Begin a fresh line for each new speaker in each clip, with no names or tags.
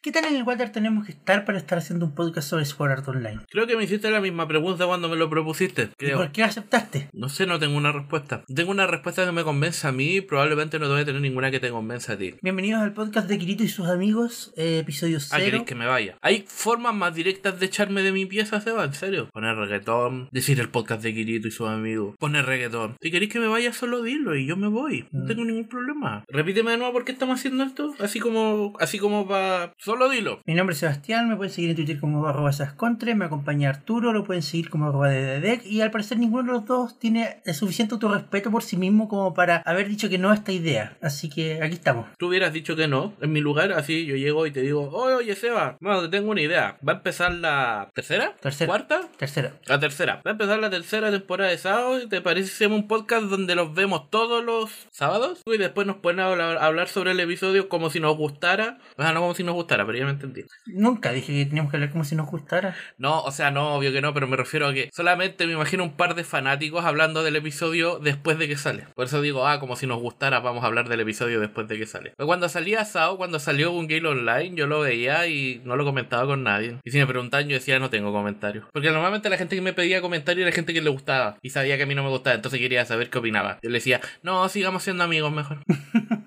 ¿Qué tan en el water tenemos que estar para estar haciendo un podcast sobre Sword Art Online?
Creo que me hiciste la misma pregunta cuando me lo propusiste.
¿Y
Creo.
por qué aceptaste?
No sé, no tengo una respuesta. Tengo una respuesta que me convenza a mí, probablemente no voy a tener ninguna que te convenza a ti.
Bienvenidos al podcast de Kirito y sus amigos, eh, episodio
Ah, queréis
0.
que me vaya. Hay formas más directas de echarme de mi pieza, Seba, en serio. Poner reggaetón, decir el podcast de Kirito y sus amigos, poner reggaetón. Si queréis que me vaya, solo dilo y yo me voy. No
Mm.
tengo ningún problema. Repíteme de nuevo por qué estamos haciendo esto. Así como, así como va. Solo dilo.
Mi nombre es Sebastián, me pueden seguir en Twitter como arroba sascontre, me acompaña Arturo, lo pueden seguir como arroba dededec, y al parecer ninguno de los dos tiene el suficiente autorrespeto por sí mismo como para haber dicho que no a esta idea. Así que aquí estamos.
Tú hubieras dicho que no, en mi lugar, así yo llego y te digo, oye, oye, Seba, bueno, te tengo una idea. Va a empezar la tercera,
Tercera.
cuarta,
Tercero.
La tercera. Va a empezar la tercera temporada de sábado. ¿Te parece si hacemos un podcast donde los vemos todos los sábados? Y después nos pueden hablar, hablar sobre el episodio como si nos gustara. O sea, no como si nos gustara, pero ya me entendí.
Nunca dije que teníamos que hablar como si nos gustara.
No, o sea, no, obvio que no, pero me refiero a que solamente me imagino un par de fanáticos hablando del episodio después de que sale. Por eso digo, ah, como si nos gustara, vamos a hablar del episodio después de que sale. Pero cuando salía Sao, cuando salió un Gale Online, yo lo veía y no lo comentaba con nadie. Y si me preguntaban, yo decía, no tengo comentarios. Porque normalmente la gente que me pedía comentarios era gente que le gustaba y sabía que a mí no me gustaba, entonces quería saber qué opinaba. Yo le decía, no, sigamos siendo amigos mejor.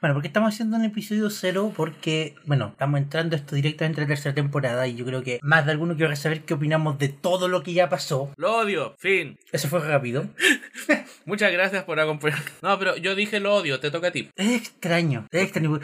Bueno, ¿por qué estamos haciendo un episodio cero? Porque, bueno, estamos entrando esto directamente a la tercera temporada y yo creo que más de alguno quiere saber qué opinamos de todo lo que ya pasó.
lo odio, fin.
Eso fue rápido.
Muchas gracias por acompañar. No, pero yo dije lo odio, te toca a ti.
Es extraño, es extraño.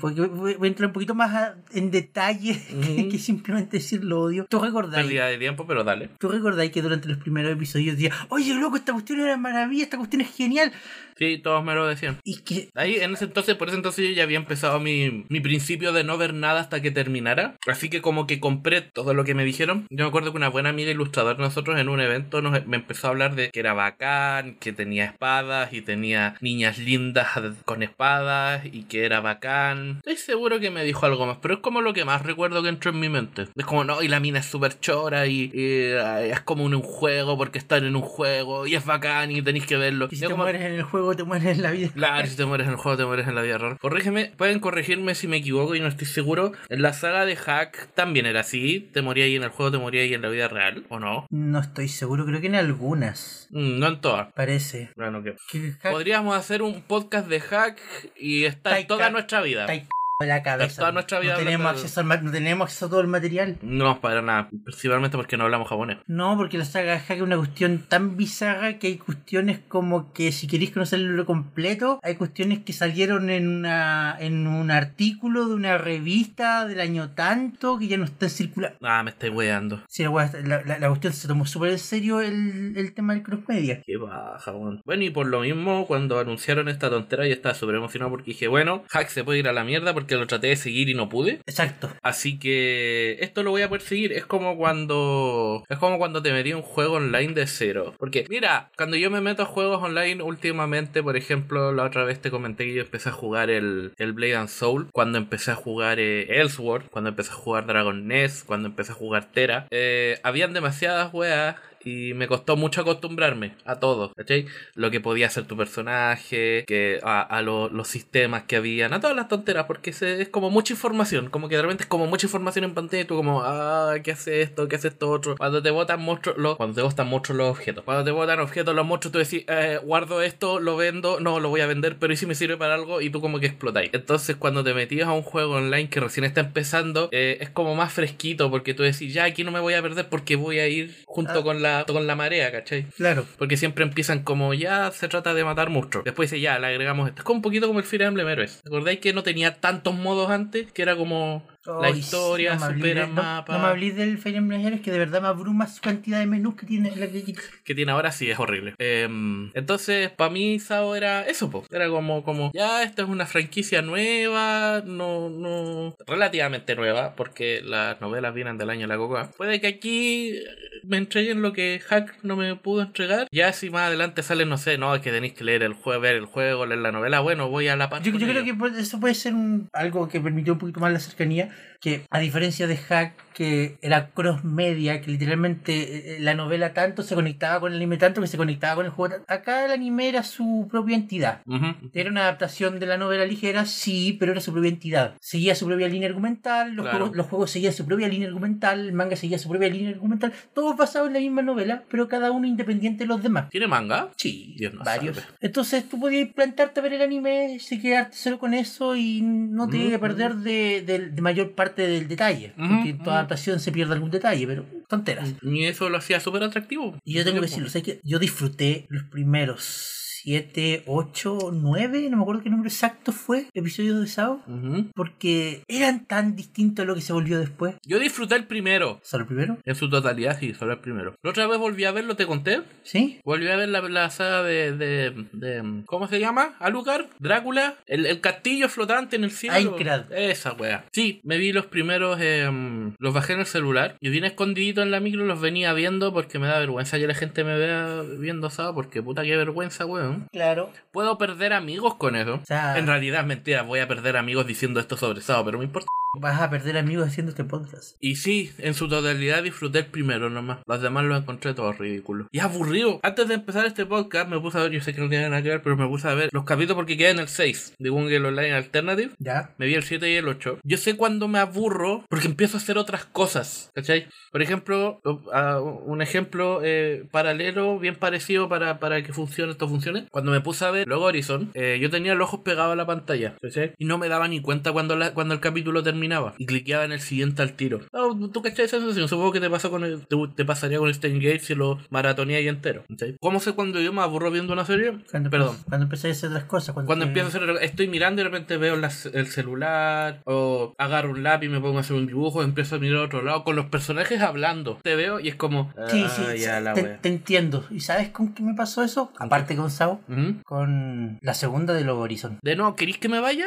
Porque voy voy a entrar un poquito más a- en detalle
Ujú.
que simplemente decir lo odio. ¿Tú recordáis?
Pérdida de tiempo, pero dale.
¿Tú recordáis que durante los primeros episodios decía, oye, loco, esta cuestión era maravilla, esta cuestión es genial?
Sí, todos me lo decían.
Y que
Ahí, en ese entonces, por ese entonces yo ya había empezado mi, mi principio de no ver nada hasta que terminara. Así que como que compré todo lo que me dijeron. Yo me acuerdo que una buena amiga ilustradora de nosotros en un evento nos, me empezó a hablar de que era bacán, que tenía espadas y tenía niñas lindas con espadas y que era bacán. Estoy seguro que me dijo algo más, pero es como lo que más recuerdo que entró en mi mente. Es como, no, y la mina es súper chora y, y, ay, es como un, un juego porque están en un juego y es bacán y tenéis que verlo.
que si
Yo
te
como-
mueres en el juego, te mueres en la vida.
Claro, si te mueres en el juego, te mueres en la vida real. Corrígeme, pueden corregirme si me equivoco y no estoy seguro. En la saga de Hack también era así. Te moría ahí en el juego, te moría ahí en la vida real, ¿o no?
No estoy seguro, creo que en algunas.
Mm, no en todas.
Parece.
Bueno, que.
Que
Podríamos hacer un podcast de Hack y estar
Taika-
toda nuestra vida.
Taika- de la cabeza.
toda nuestra vida
no
hablando
tenemos
de-
acceso al ma- no tenemos acceso a todo el material.
No, para nada. Principalmente porque no hablamos japonés.
No, porque la saga Hack es una cuestión tan bizarra que hay cuestiones como que si queréis conocerlo completo, hay cuestiones que salieron en una en un artículo de una revista del año tanto que ya no está en circular.
Ah, me estoy weando.
Sí, la, wea- la- la- la cuestión se tomó súper en serio el, el tema del crossmedia.
Qué baja, weón. Bueno, y por lo mismo, cuando anunciaron esta tontera, yo estaba súper emocionado porque dije, bueno, Hack se puede ir a la mierda porque lo traté de seguir y no pude.
Exacto.
Así que esto lo voy a perseguir. Es como cuando. Es como cuando te metí a un juego online de cero. Porque, mira, cuando yo me meto a juegos online últimamente, por ejemplo, la otra vez te comenté que yo empecé a jugar el, el Blade and Soul. Cuando empecé a jugar eh, Elsword. Cuando empecé a jugar Dragon Nest. Cuando empecé a jugar Tera. eh, habían demasiadas weas. Y me costó mucho acostumbrarme a todo, ¿cachai? Lo que podía hacer tu personaje, que a, a lo- los sistemas que habían, a todas las tonteras, porque se- es como mucha información, como que de repente es como mucha información en pantalla y tú como, ah, ¿qué hace esto? ¿Qué hace esto otro? Cuando te botan monstruos, los, cuando te botan monstruos los objetos. Cuando te botan objetos los monstruos, tú decís, eh, guardo esto, lo vendo, no, lo voy a vender, pero ¿y si me sirve para algo? Y tú como que explotáis. Entonces cuando te metías a un juego online que recién está empezando, eh, es como más fresquito, porque tú decís, ya aquí no me voy a perder porque voy a ir junto
Ah.
con la, con la marea, ¿cachai?
Claro.
Porque siempre empiezan como ya se trata de matar monstruos. Después dice ya, le agregamos esto. Es como un poquito como el Fire Emblem Heroes. ¿Recordáis que no tenía tantos modos antes? Que era como la
Ay, sí,
historia,
no me hablé
supera
de- no-
mapa.
No, me hablé del Fire Emblem Heroes, que de verdad me abruma su cantidad de menús que tiene la que-
que tiene ahora sí es horrible. Em, entonces, para mí, Sao era eso, po. Era como, como, ya, esta es una franquicia nueva, no, no, relativamente nueva, porque las novelas vienen del año de la coca. Puede que aquí eh, me entreguen lo que Hack no me pudo entregar. Ya si más adelante sale, no sé, no, es que tenéis que leer el juego, ver el juego, leer la novela, bueno, voy a la parte.
Yo, yo creo que puede- eso puede ser un- algo que permitió un poquito más la cercanía, que a diferencia de Hack, que era cross media, que literalmente eh, eh, la novela tanto se conectaba con el anime tanto que se conectaba con el juego. Acá el anime era su propia entidad.
Ujú.
Era una adaptación de la novela ligera, sí, pero era su propia entidad. Seguía su propia línea argumental, los,
Claro.
juegos, los juegos seguían su propia línea argumental, el manga seguía su propia línea argumental, todos basados en la misma novela, pero cada uno independiente de los demás.
¿Tiene manga?
Sí,
Dios nos
varios.
salve.
Entonces tú podías plantarte a ver el anime, si quedarte solo con eso y no te
Mm,
ibas a perder de, de- de mayor parte del detalle.
Mm,
Porque en toda
mm.
adaptación se pierde algún detalle, pero tonteras.
Y eso lo hacía súper atractivo.
Y yo tengo que decirlo, sé que yo disfruté los primeros 7, 8, 9, no me acuerdo qué número exacto fue, episodios de Sao,
Ujú.
porque eran tan distintos a lo que se volvió después.
Yo disfruté el primero.
¿Solo el primero?
En su totalidad, sí, solo el primero. La otra vez volví a verlo, ¿te conté?
¿Sí?
Volví a ver la, la saga de, de, de- ¿Cómo se llama? ¿Alucard? ¿Drácula? El, el castillo flotante en el cielo.
Aincrad.
Esa wea. Sí, me vi los primeros. em, los bajé en el celular. Y vine escondidito en la micro los venía viendo porque me da vergüenza que la gente me vea viendo esa. Porque puta que vergüenza, weón.
Claro.
Puedo perder amigos con eso.
O sea,
En realidad, mentira, voy a perder amigos diciendo esto sobre Sao, pero me importa.
vas a perder amigos haciendo este podcast.
Y sí, en su totalidad disfruté el primero nomás. Los demás los encontré todos ridículos. Y aburrido. Antes de empezar este podcast, me puse a ver, yo sé que no tiene nada que ver, pero me puse a ver los capítulos porque quedé en el 6 de Google Online Alternative.
¿Ya?
Me vi el 7 y el 8. Yo sé cuando me aburro porque empiezo a hacer otras cosas, ¿cachai? Por ejemplo, o- a- un ejemplo eh, paralelo, bien parecido para, para que funcione esto funcione. Cuando me puse a ver Log Horizon, eh, yo tenía los ojos pegados a la pantalla, ¿cachai? Y no me daba ni cuenta cuando, la- cuando el capítulo terminaba. Y cliqueaba en el siguiente al tiro. No, ¿Tú cachai esa sensación? Supongo que te, pasa con el- te, te pasaría con Stein Gate si lo maratonía ahí entero, ¿cachai? ¿Cómo sé cuando yo me aburro viendo una serie?
Cuando,
Perdón.
Cuando empecé a hacer otras cosas. Cuando,
Cuando
te-
empiezo a hacer, estoy mirando y de repente veo las- el celular, o agarro un lápiz y me pongo a hacer un dibujo, empiezo a mirar a otro lado, con los personajes hablando. Te veo y es como.
Sí,
ah,
sí,
ya
sí,
la
te,
wea.
te entiendo. ¿Y sabes con qué me pasó eso?
¿Con
Aparte con Sao,
¿Mm?
con la segunda de Lobo Horizon.
De no, ¿querés que me vaya?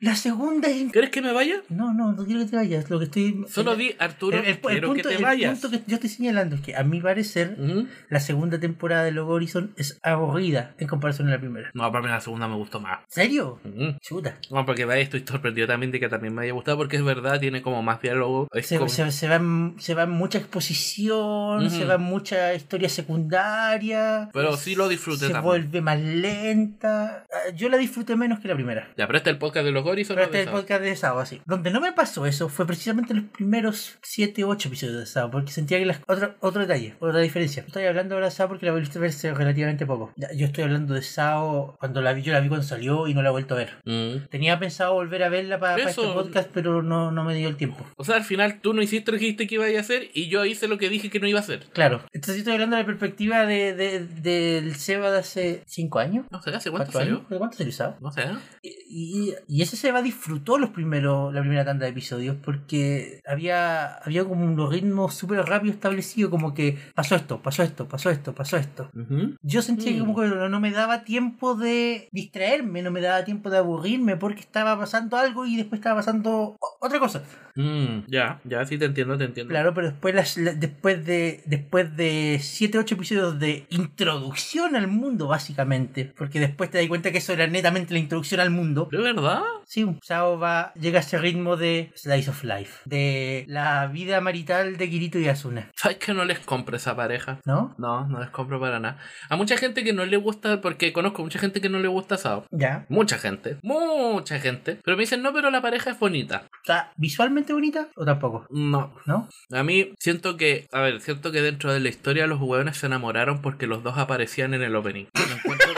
La segunda es...
¿Querés que me vaya?
No, no, no quiero que te vayas. Lo que estoy...
Solo
el-
di,
el,
Arturo,
el- el
quiero
punto,
que te
el
vayas.
punto que yo estoy señalando es que, a mi parecer,
¿Mm?
la segunda temporada de Log Horizon es aburrida en comparación a la primera.
No, para mí la segunda me gustó más.
¿En serio?
¿Mm?
Chuta.
No, porque vaya, estoy sorprendido también de que también me haya gustado, porque es verdad, tiene como más diálogo. Es
Se,
como-
se, se va, se va mucha exposición,
Ujú.
se va mucha historia secundaria.
Pero sí lo disfruté
se
también.
vuelve más lenta. Ah, Yo la disfruté menos que la primera.
Ya, pero este es el podcast de los Horizon.
Pero este es el podcast de Sao, así. Donde no me pasó eso fue precisamente los primeros 7, 8 episodios de Sao, porque sentía que las. Otro, otro detalle, otra diferencia. Estoy hablando ahora de Sao porque la volviste a ver hace relativamente poco. Ya, Yo estoy hablando de Sao cuando la vi, yo la vi cuando salió y no la he vuelto a ver.
¿Mm?
Tenía pensado volver a verla para, para este
Eso.
podcast, pero no, no me dio el tiempo.
O sea, al final tú no hiciste lo que dijiste que iba a hacer y yo hice lo que dije que no iba a hacer.
Claro, entonces yo estoy hablando de la perspectiva de, de- del Seba de hace 5 años.
No sé, ¿hace cuánto
¿Cuántos años?
salió?
¿De ¿Cuánto salió Sao?
No sé.
Y, y ese Seba disfrutó los primeros, la primera tanda de episodios porque había, había como un ritmo súper rápido establecido, como que pasó esto, pasó esto, pasó esto, pasó esto. Yo sentía que
Mm.
como que no no me daba tiempo de distraerme, no me daba tiempo de aburrirme porque estaba pasando algo y después estaba pasando o- otra cosa.
Mm, ya, ya, sí te entiendo, te entiendo.
Claro, pero después, las- la- después de después de 7, 8 episodios de introducción al mundo, básicamente, porque después te das cuenta que eso era netamente la introducción al mundo.
¿De verdad?
Sí, Sao va, llega a ese ritmo de Slice of Life, de la vida marital de Kirito y Asuna,
¿Sabes que no les compro esa pareja?
¿no?
No, no les compro para nada. A mucha gente que no le gusta, porque conozco mucha gente que no le gusta Sao.
Ya.
Mucha gente, mucha gente. Pero me dicen, no, pero la pareja es bonita.
O sea, visualmente bonita o tampoco,
No.
¿no?
A mí siento que, a ver, siento que dentro de la historia los hueones se enamoraron porque los dos aparecían en el opening. No encuentro,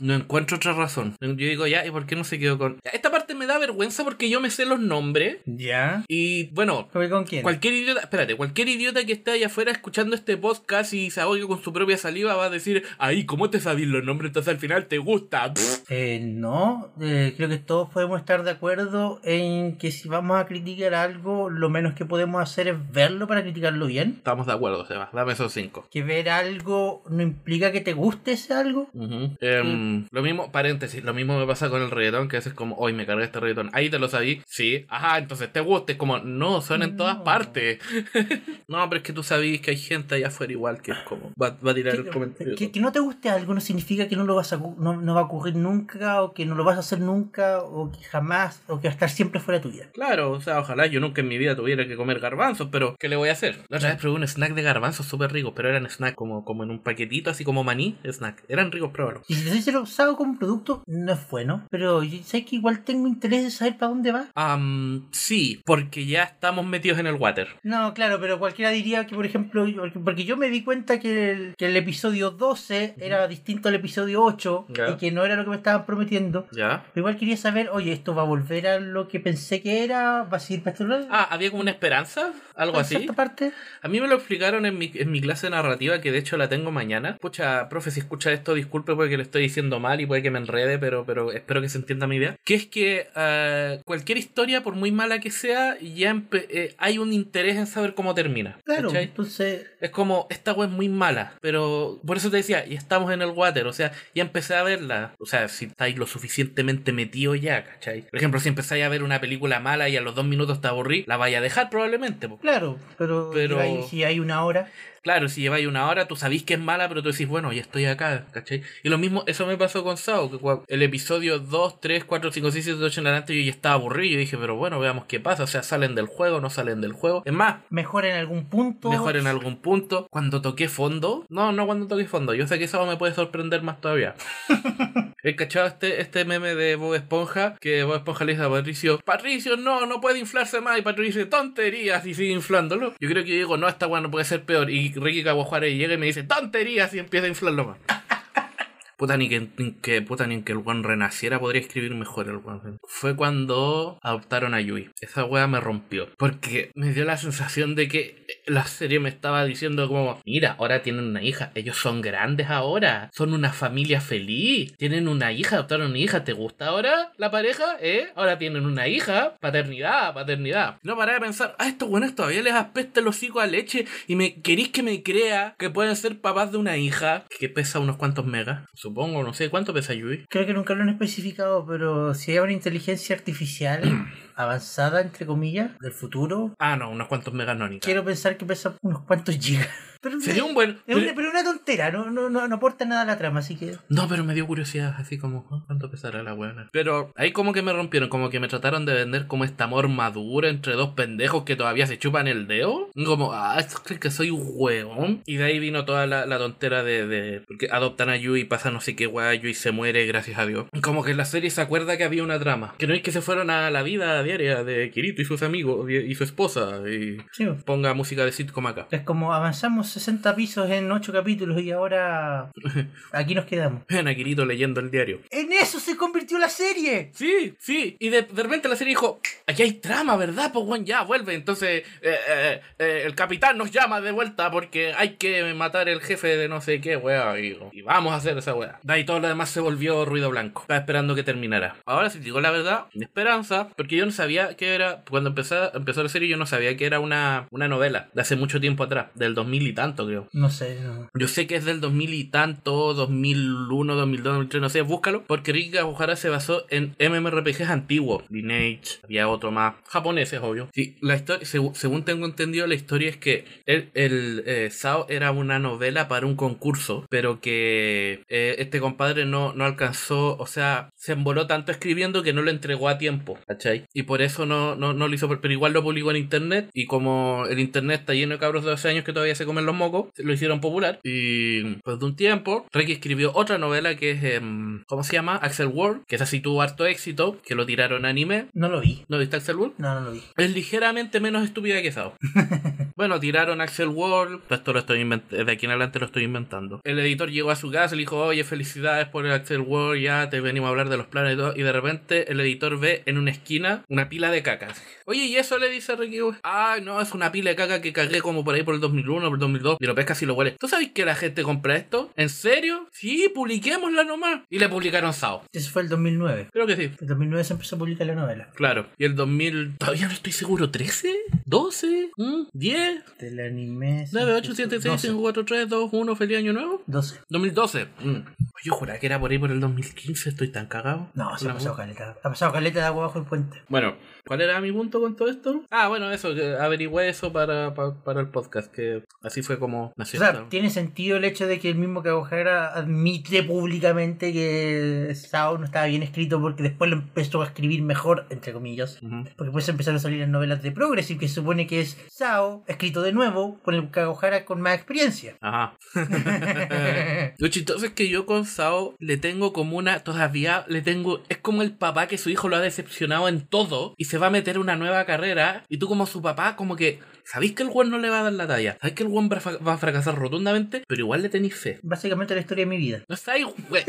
no encuentro otra razón. Yo digo, ya, ¿y por qué no se quedó con...? Esta parte me da vergüenza porque yo me sé los nombres
Ya.
y, bueno...
¿Con con quién?
Cualquier idiota, espérate, cualquier idiota que esté allá afuera escuchando este podcast y se ahogue con su propia saliva va a decir, ahí, ¿cómo te sabís los nombres? Entonces al final te gusta. Pff.
Eh, no, eh, creo que todos podemos estar de acuerdo en que si vamos a criticar algo, lo menos que podemos hacer es verlo para criticarlo bien.
Estamos de acuerdo, Seba. Dame esos cinco.
Que ver algo no implica que te guste ese algo.
Ujú.
Eh,
Em, Eh, lo mismo, paréntesis, lo mismo me pasa con el reggaetón, que a veces es como, hoy me cargué este reggaetón, ahí te lo sabí, sí, ajá, entonces te gusta, es como, no, son en todas
No.
partes. no, pero es que tú sabís que hay gente allá afuera igual que es como, va, va a tirar el
Que,
comentario.
que- que no te guste algo no significa que no lo vas a cu- no, no va a ocurrir nunca o que no lo vas a hacer nunca o que jamás o que va a estar siempre fuera tuya.
Claro, o sea, ojalá yo nunca en mi vida tuviera que comer garbanzos, pero ¿qué le voy a hacer? La otra vez probé un snack de garbanzos súper rico, pero eran snack como, como en un paquetito, así como maní, snack. Eran ricos, pruébalo.
Y si te soy sincero, usado como producto no es bueno, pero yo sé que igual tengo interés de saber para dónde va.
Am, sí, porque ya estamos metidos en el water.
No, claro, pero cualquiera diría que, por ejemplo, yo- porque yo me di cuenta que el, que el episodio 12 era distinto al episodio 8
Ya.
y que no era lo que me estaban prometiendo.
¿Ya?
Pero igual quería saber, oye, ¿esto va a volver a lo que pensé que era? ¿Va a seguir para este lado?
Ah, había como una esperanza, algo
¿En
así.
cierta parte?
A mí me lo explicaron en mi, en mi clase de narrativa, que de hecho la tengo mañana. Pucha, profe, si escucha esto, disculpe porque lo estoy diciendo mal y puede que me enrede, pero, pero espero que se entienda mi idea. Que es que eh, cualquier historia, por muy mala que sea, ya empe- eh, hay un interés en saber cómo termina.
Claro,
¿cachai?
entonces...
Es como, esta web es muy mala, pero por eso te decía, y estamos en el water, o sea, ya empecé a verla. O sea, si estáis lo suficientemente metido ya, ¿cachai? Por ejemplo, si empezáis a ver una película mala y a los dos minutos te aburrís, la vais a dejar probablemente. po.
Claro, pero,
Pero-
si hay- si hay una hora...
Claro, si lleváis una hora, tú sabís que es mala, pero tú decís, bueno, ya estoy acá, ¿cachai? Y lo mismo, eso me pasó con Sao, que cua- el episodio 2, 3, 4, 5, 6, 7, 8 en adelante yo ya estaba aburrido y dije, pero bueno, veamos qué pasa, o sea, salen del juego, no salen del juego. Es más,
mejor en algún punto.
mejor en algún punto. Cuando toqué fondo, no, no cuando toqué fondo, yo sé que eso me puede sorprender más todavía. He cachado este, este meme de Bob Esponja, que Bob Esponja le dice a Patricio, Patricio, no, no puede inflarse más, y Patricio dice, tonterías, y sigue inflándolo. Yo creo que yo digo, no, esta weá no puede ser peor, y Ricky Cabo Juárez llega y me dice, tonterías, y empieza a inflarlo más. Puta ni que, ni que- puta, ni en que el weón renaciera podría escribir mejor el weón. Fue cuando adoptaron a Yui. Esa wea me rompió. Porque me dio la sensación de que la serie me estaba diciendo como, mira, ahora tienen una hija. Ellos son grandes ahora. Son una familia feliz. Tienen una hija, adoptaron una hija. ¿Te gusta ahora la pareja? ¿Eh? Ahora tienen una hija. Paternidad, paternidad. No paré de pensar, ah, estos weones todavía les apesta el hocico a leche. Y me queréis que me crea que pueden ser papás de una hija que pesa unos cuantos megas. Supongo, no sé cuánto pesa Yui.
Creo que nunca lo han especificado, pero si hay una inteligencia artificial avanzada, entre comillas, del futuro,
Ah, no, unos cuantos megas no, ni
quiero pensar que pesa unos cuantos gigas. Pero,
Sería un buen.
es una, pero una tontera, no, no, no, no aporta nada a la trama, así que...
No, pero me dio curiosidad, así como, "Ah, ¿cuánto pesará la buena? Pero ahí como que me rompieron, como que me trataron de vender como este amor maduro entre dos pendejos que todavía se chupan el dedo. Como, ah, estos creen que soy un huevón. Y de ahí vino toda la, la tontera de, de- Porque adoptan a Yui, pasa no sé qué weá, Yui se muere, gracias a Dios. Como que en la serie se acuerda que había una trama. Que no es que se fueron a la vida diaria de Kirito y sus amigos y, y su esposa. Y
sí. pues.
ponga música de sitcom acá.
Es como avanzamos 60 pisos en 8 capítulos y ahora aquí nos quedamos.
Ven a Kirito leyendo el diario.
En eso se convirtió la serie.
Sí, sí. Y de, de repente la serie dijo, aquí hay trama, ¿verdad? Pues bueno, ya vuelve. Entonces eh, eh, eh, el capitán nos llama de vuelta porque hay que matar el jefe de no sé qué, weá. Y, y vamos a hacer esa weá. De ahí todo lo demás se volvió ruido blanco. Estaba esperando que terminara. Ahora si te digo la verdad, mi esperanza, porque yo no sabía que era, cuando empezó, empezó la serie yo no sabía que era una, una novela de hace mucho tiempo atrás, del 2000 y tanto creo.
No sé, no.
Yo sé que es del 2000 y tanto, 2001, 2002, 2003, no sé, búscalo. Porque Ricky Kawahara se basó en MMORPGs antiguos. Lineage, había otro más. Japoneses, obvio. Sí, la historia, segu- según tengo entendido, la historia es que el, el, eh, Sao era una novela para un concurso, pero que eh, este compadre no, no alcanzó, o sea, se emboló tanto escribiendo que no lo entregó a tiempo, ¿cachai? Y por eso no, no, no lo hizo, pero igual lo publicó en internet. Y como el internet está lleno de cabros de 12 años que todavía se comen los mocos, lo hicieron popular. Y después de un tiempo, Ricky escribió otra novela que es, em, ¿cómo se llama? Axel World, que esa sí tuvo harto éxito, que lo tiraron a anime.
No lo vi.
¿No viste Axel World?
No, no lo vi.
Es ligeramente menos estúpida que Sao. bueno, tiraron Axel World. Esto lo estoy invent- De aquí en adelante lo estoy inventando. El editor llegó a su casa y le dijo: Oye, felicidades por el Axel World. Ya te venimos a hablar de los planes y todo. Y de repente el editor ve en una esquina una pila de cacas. Oye, ¿y eso le dice a Ricky? Gervais, Ah, no, es una pila de caca que cagué como por ahí por el 2001, por el 2002. Y lo pescas y lo hueles. ¿Tú sabes que la gente compra esto? ¿En serio? Sí, publiquémosla nomás. Y le publicaron Sao.
Eso fue el 2009.
Creo que sí.
En 2009 se empezó a publicar la novela.
Claro. Y el 2000, todavía no estoy seguro, ¿13? ¿12? ¿Mm? ¿10?
Del anime.
9, 8, 7, 6,
12.
5, 4, 3, 2, 1, feliz año nuevo.
12.
2012. Mm. Yo juraba que era por ahí por el 2015, estoy tan cagado.
No, se
La
ha pasado caleta. Ha pasado caleta de agua bajo el puente.
Bueno, ¿cuál era mi punto con todo esto? Ah, bueno, eso, que averigüé eso para, pa- para el podcast, que así fue como nació.
O sea,
esta-
tiene sentido el hecho de que el mismo Kawahara admite públicamente que Sao no estaba bien escrito porque después lo empezó a escribir mejor, entre comillas.
Ujú.
Porque después empezaron a salir las novelas de Progressive, que se supone que es Sao, escrito de nuevo, por el Kawahara con más experiencia.
Ajá. Lo chistoso es que yo con Sao le tengo como una. Todavía le tengo. Es como el papá que su hijo lo ha decepcionado en todo y se va a meter a una nueva carrera. Y tú, como su papá, como que. Sabéis que el Juan no le va a dar la talla. Sabéis que el Juan va a fracasar rotundamente, pero igual le tenéis fe.
Básicamente la historia de mi vida.
No estáis, güey.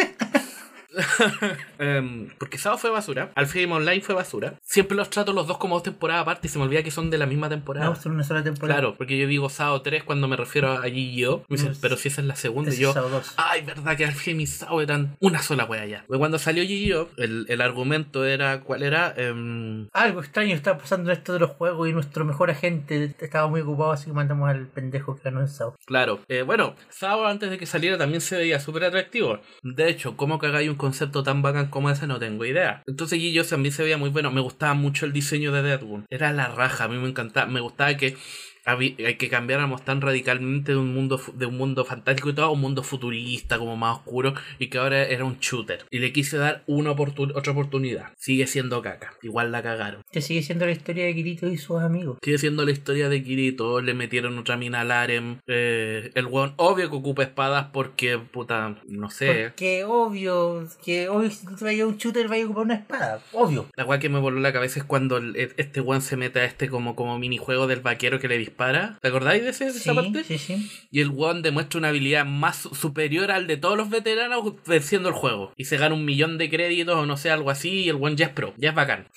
Em, porque Sao fue basura, Alfheim Online fue basura. Siempre los trato los dos como dos temporadas aparte y se me olvida que son de la misma temporada.
No, solo una sola temporada.
claro, porque yo digo Sao 3 cuando me refiero a Gio. Me dicen, pero si esa es la segunda,
Ese
y
es
yo.
Sao 2.
Ay, verdad que Alfheim y Sao eran una sola wea ya. Porque Cuando salió Gio, el, el argumento era. ¿Cuál era? Em,
Algo extraño está pasando en esto de los juegos y nuestro mejor agente estaba muy ocupado, así que mandamos al pendejo que ganó el Sao.
Claro, Eh, bueno, Sao antes de que saliera también se veía súper atractivo. De hecho, ¿cómo cagáis un concepto tan bacán como ese? No tengo idea. Entonces Gillo también se veía muy bueno. Me gustaba mucho el diseño de Deadwood. Era la raja, a mí me encantaba. Me gustaba que, habi- eh, que cambiáramos tan radicalmente de un mundo fu- de un mundo fantástico y todo a un mundo futurista, como más oscuro, y que ahora era un shooter. Y le quise dar una oportu- otra oportunidad. Sigue siendo caca. Igual la cagaron.
Te sigue siendo la historia de Kirito y sus amigos.
Sigue siendo la historia de Kirito, le metieron otra mina al harem. eh, el weón, obvio que ocupa espadas porque, puta, no sé.
Porque obvio, que obvio si tú te vayas a un shooter vaya a ocupar una espada, obvio.
La weá que me voló la cabeza es cuando el- e- este weón se mete a este como, como minijuego del vaquero que le dispara. ¿Te acordáis de, ese, de esa parte?
sí, sí.
Y el weón demuestra una habilidad más su- superior al de todos los veteranos venciendo el juego. Y se gana un millón de créditos o no sé, algo así. Y el weón ya es pro, ya es bacán.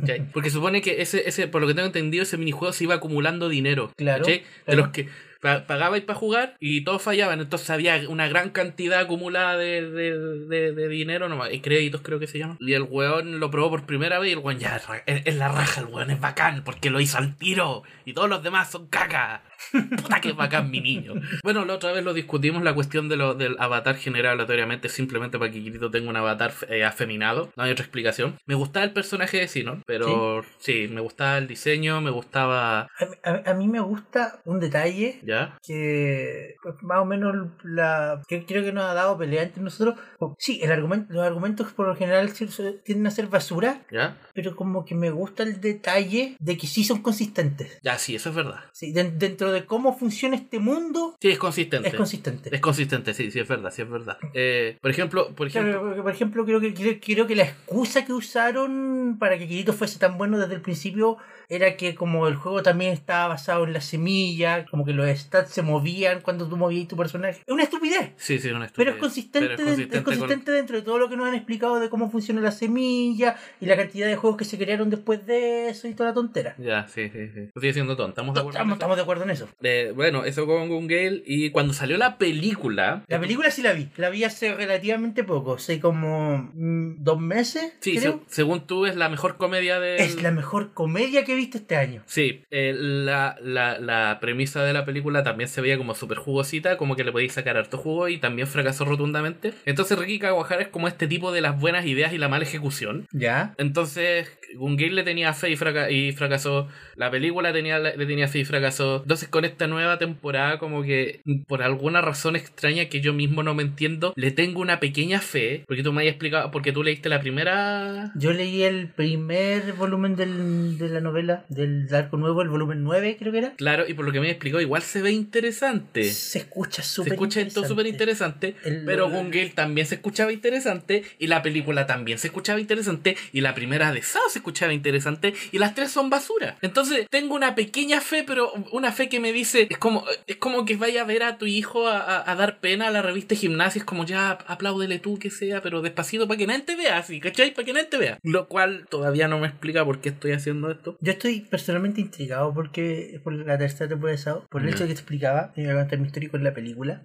¿Cachai? Porque supone que ese, ese, por lo que tengo entendido, ese minijuego se iba acumulando dinero.
Claro,
¿cachai? De
claro.
los que pa- pagabais para jugar y todos fallaban. Entonces había una gran cantidad acumulada de, de, de- de dinero, nomás, y créditos creo que se llama. Y el weón lo probó por primera vez y el weón ya es, ra- es- es la raja, el weón es bacán porque lo hizo al tiro y todos los demás son caca. Puta que bacán mi niño. Bueno, la otra vez lo discutimos la cuestión de lo, del avatar generado aleatoriamente simplemente para que Kirito tenga un avatar eh, afeminado. No hay otra explicación. Me gustaba el personaje de Sinon, pero ¿Sí? me gustaba el diseño, me gustaba...
A, mí- a- a mí me gusta un detalle
¿Ya?
que pues, más o menos la que creo que nos ha dado pelea entre nosotros. Oh, Sí, el argumento, los argumentos por lo general se- se- tienden a ser basura,
¿Ya?
pero como que me gusta el detalle de que sí son consistentes.
Ya, sí, eso es verdad.
Sí, den- dentro de cómo funciona este mundo
Sí, es consistente.
es
Es,
consistente.
consistente, sí, sí, es verdad, sí, es verdad. Eh, por ejemplo, por ejemplo...
Claro, porque, por ejemplo, creo que, creo, creo que la excusa que usaron para que Kirito fuese tan bueno desde el principio era que como el juego también estaba basado en la semilla, como que los stats se movían cuando tú movías tu personaje. Es una estupidez.
Sí, sí, una
Pero
estupidez.
es consistente,
Pero es
den- es
consistente con-
consistente dentro de todo lo que nos han explicado de cómo funciona la semilla y la cantidad de juegos que se crearon después de eso y toda la tontera.
Ya, sí, sí, sí. Estoy siendo tonto. ¿Estamos de acuerdo? en
Estamos,
eso?
estamos de acuerdo en eso.
Eh, bueno, eso con Gun Gale. Y cuando salió la película.
La película sí la vi. La vi hace relativamente poco, sé como mm, dos meses.
Sí,
creo.
se- según tú, es la mejor comedia de.
Es la mejor comedia que he visto este año.
Sí, eh, la, la, la premisa de la película también se veía como súper jugosita, como que le podéis sacar harto jugo y también fracasó rotundamente. Entonces, Ricky Kawahara es como este tipo de las buenas ideas y la mala ejecución.
Ya.
Entonces, Gungil le tenía fe y, fraca- y fracasó. La película tenía, le tenía fe y fracasó. Entonces, con esta nueva temporada, como que mm, por alguna razón extraña que yo mismo no me entiendo, le tengo una pequeña fe. Porque tú me has explicado, porque tú leíste la primera.
Yo leí el primer volumen del- de la novela, del arco nuevo, el volumen 9 creo que era.
Claro, y por lo que me explicó, igual se ve interesante.
Se escucha
Se
súper
escucha esto súper interesante,
El-
pero Gungil también se escuchaba interesante, y la película también se escuchaba interesante, y la primera de Sao se escuchaba interesante, y las tres son basura. Entonces, tengo una pequeña fe, pero una fe que me dice, es como, es como que vaya a ver a tu hijo a, a- a dar pena a la revista de gimnasia, es como ya apláudele tú que sea, pero despacito para que nadie te vea, así, ¿cachai? Para que nadie te vea. Lo cual todavía no me explica por qué estoy haciendo esto.
Yo estoy personalmente intrigado porque por la tercera temporada de Sao, por el
Ya.
hecho que te explicaba, que iba a contar mi histórico en la película.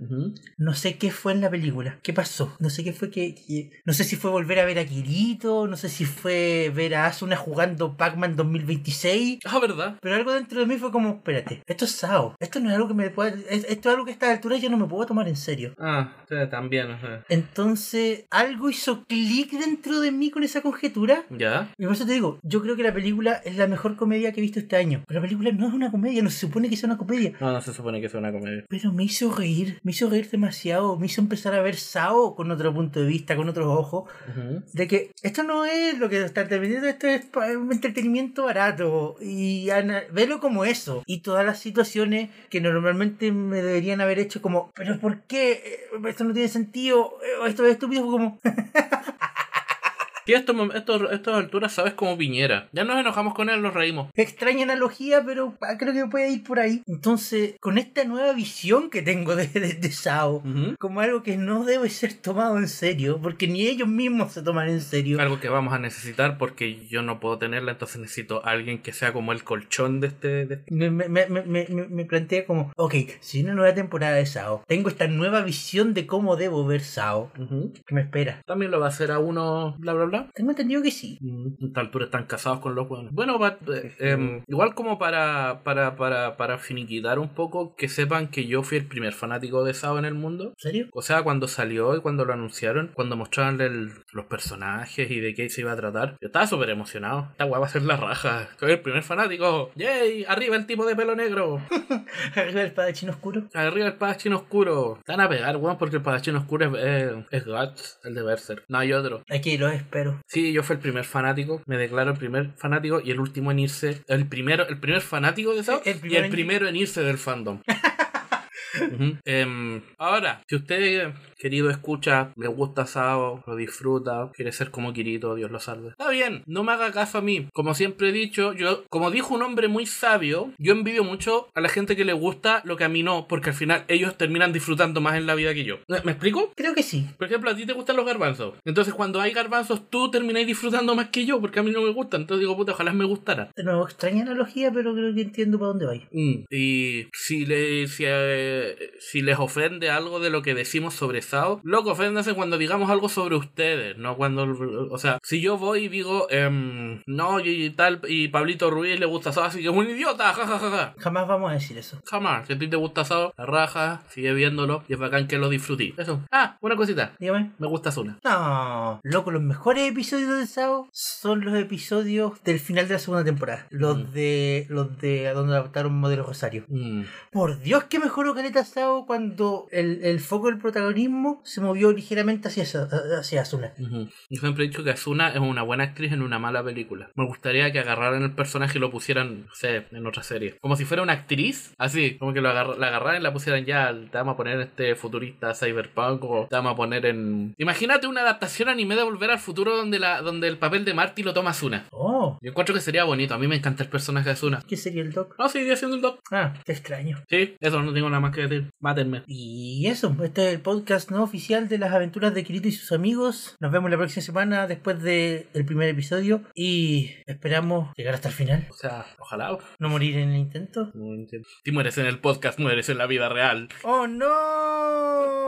No sé qué fue en la película, qué pasó, no sé qué fue que, que- no sé si fue volver a ver a Kirito, no sé si fue ver a Asuna jugando Pac-Man 2026.
Ah, ¿verdad?
Pero algo dentro de mí fue como, espérate, esto es Sao, esto no es algo que me pueda, es- esto es algo que a esta altura yo no me puedo tomar en serio.
Ah, o sea, también, ajá.
Entonces, algo hizo clic dentro de mí con esa conjetura.
¿Ya?
Y por eso te digo, yo creo que la película es la mejor comedia que he visto este año. Pero la película no es una comedia, no se supone que sea una comedia.
No, no se supone que sea una comedia.
Pero me hizo reír, me hizo reír demasiado, me hizo empezar a ver Sao con otro punto de vista, con otros ojos. De que esto no es lo que está entendiendo, esto es pa- un entretenimiento barato. Y ana- velo como eso. Y todas las situaciones que normalmente me deberían haber hecho como, pero ¿por qué? Eh, Esto no tiene sentido, eh, esto es estúpido, fue como,
Y a estos mom- estos- estas alturas sabes como Piñera. Ya nos enojamos con él, nos reímos.
Extraña analogía, pero ah, creo que puede ir por ahí. Entonces, con esta nueva visión que tengo de, de, de Sao, como algo que no debe ser tomado en serio, porque ni ellos mismos se toman en serio.
Algo que vamos a necesitar porque yo no puedo tenerla, entonces necesito a alguien que sea como el colchón de este. de este-
Me, me, me, me, me- me plantea como, ok, si hay una nueva temporada de Sao, tengo esta nueva visión de cómo debo ver Sao, que me espera.
También lo va a hacer a uno, bla, bla, bla.
Tengo entendido que sí.
A esta altura están casados con los hueones. Bueno, pa- eh, em, igual como para, para, para, para finiquitar un poco, que sepan que yo fui el primer fanático de Sao en el mundo.
¿En serio?
O sea, cuando salió y cuando lo anunciaron, cuando mostraron el- los personajes y de qué se iba a tratar, yo estaba súper emocionado. Esta weá va a ser la raja. Soy el primer fanático. ¡Yay! ¡Arriba el tipo de pelo negro!
Arriba el espadachín oscuro.
Arriba el espadachín oscuro. Te van a pegar, weón, porque el espadachín oscuro es, es, es Guts, el de Berserk. No hay otro.
Aquí los espero.
Sí, yo fui el primer fanático, me declaro el primer fanático y el último en irse. El primero, el primer fanático de Sao
El
y
primero
el
en-
primero en irse del fandom. Ujú. Em, ahora, si usted, querido escucha, le gusta Sao, lo disfruta, quiere ser como Kirito, Dios lo salve. Está bien, no me haga caso a mí. Como siempre he dicho, yo, como dijo un hombre muy sabio, yo envidio mucho a la gente que le gusta lo que a mí no, porque al final ellos terminan disfrutando más en la vida que yo. ¿Me me explico?
Creo que sí.
Por ejemplo, a ti te gustan los garbanzos. Entonces, cuando hay garbanzos, tú termináis disfrutando más que yo, porque a mí no me gustan. Entonces digo, puta, ojalá me gustara.
De nuevo, extraña analogía, pero creo que entiendo para dónde vais.
Mm. Y si, le, si, eh, si les ofende algo de lo que decimos sobre Sao, loco, oféndanse cuando digamos algo sobre ustedes, no cuando. O sea, si yo voy y digo, em, no, y, y tal, y Pablito Ruiz le gusta Sao, así que es un idiota, jajajaja.
Jamás vamos a decir eso.
Jamás, si a ti te gusta Sao, la raja, sigue viéndolo y es bacán que lo disfrutí. Eso. Ah, una cosita.
Dígame.
Me gusta Zuna.
No, loco, los mejores episodios de Sao son los episodios del final de la segunda temporada. Los
Mm.
de. los de a donde adaptaron modelo Rosario.
Mm.
Por Dios que mejoró Caleta Sao cuando el, el foco del protagonismo se movió ligeramente hacia, esa- hacia Asuna.
Ujú. Yo siempre he dicho que Asuna es una buena actriz en una mala película. Me gustaría que agarraran el personaje y lo pusieran, no sé, en otra serie. Como si fuera una actriz, así, como que lo agarr- la agarraran y la pusieran ya, te vamos a poner en este futurista cyberpunk o te vamos a poner en... Imagínate una adaptación anime de Volver al Futuro donde, la, donde el papel de Marty lo toma Asuna.
Oh,
Yo encuentro que sería bonito, a mí me encanta el personaje de Asuna.
¿qué sería el doc?
No, seguiría siendo el doc.
Ah, te extraño.
Sí, eso no tengo nada más que decir. Mátenme.
Y eso, este es el podcast no oficial de las aventuras de Kirito y sus amigos. Nos vemos la próxima semana después del primer episodio y esperamos llegar hasta el final.
O sea, ojalá.
No morir en el intento.
No entiendo. Si mueres en el podcast, mueres en la vida real.
¡Oh no!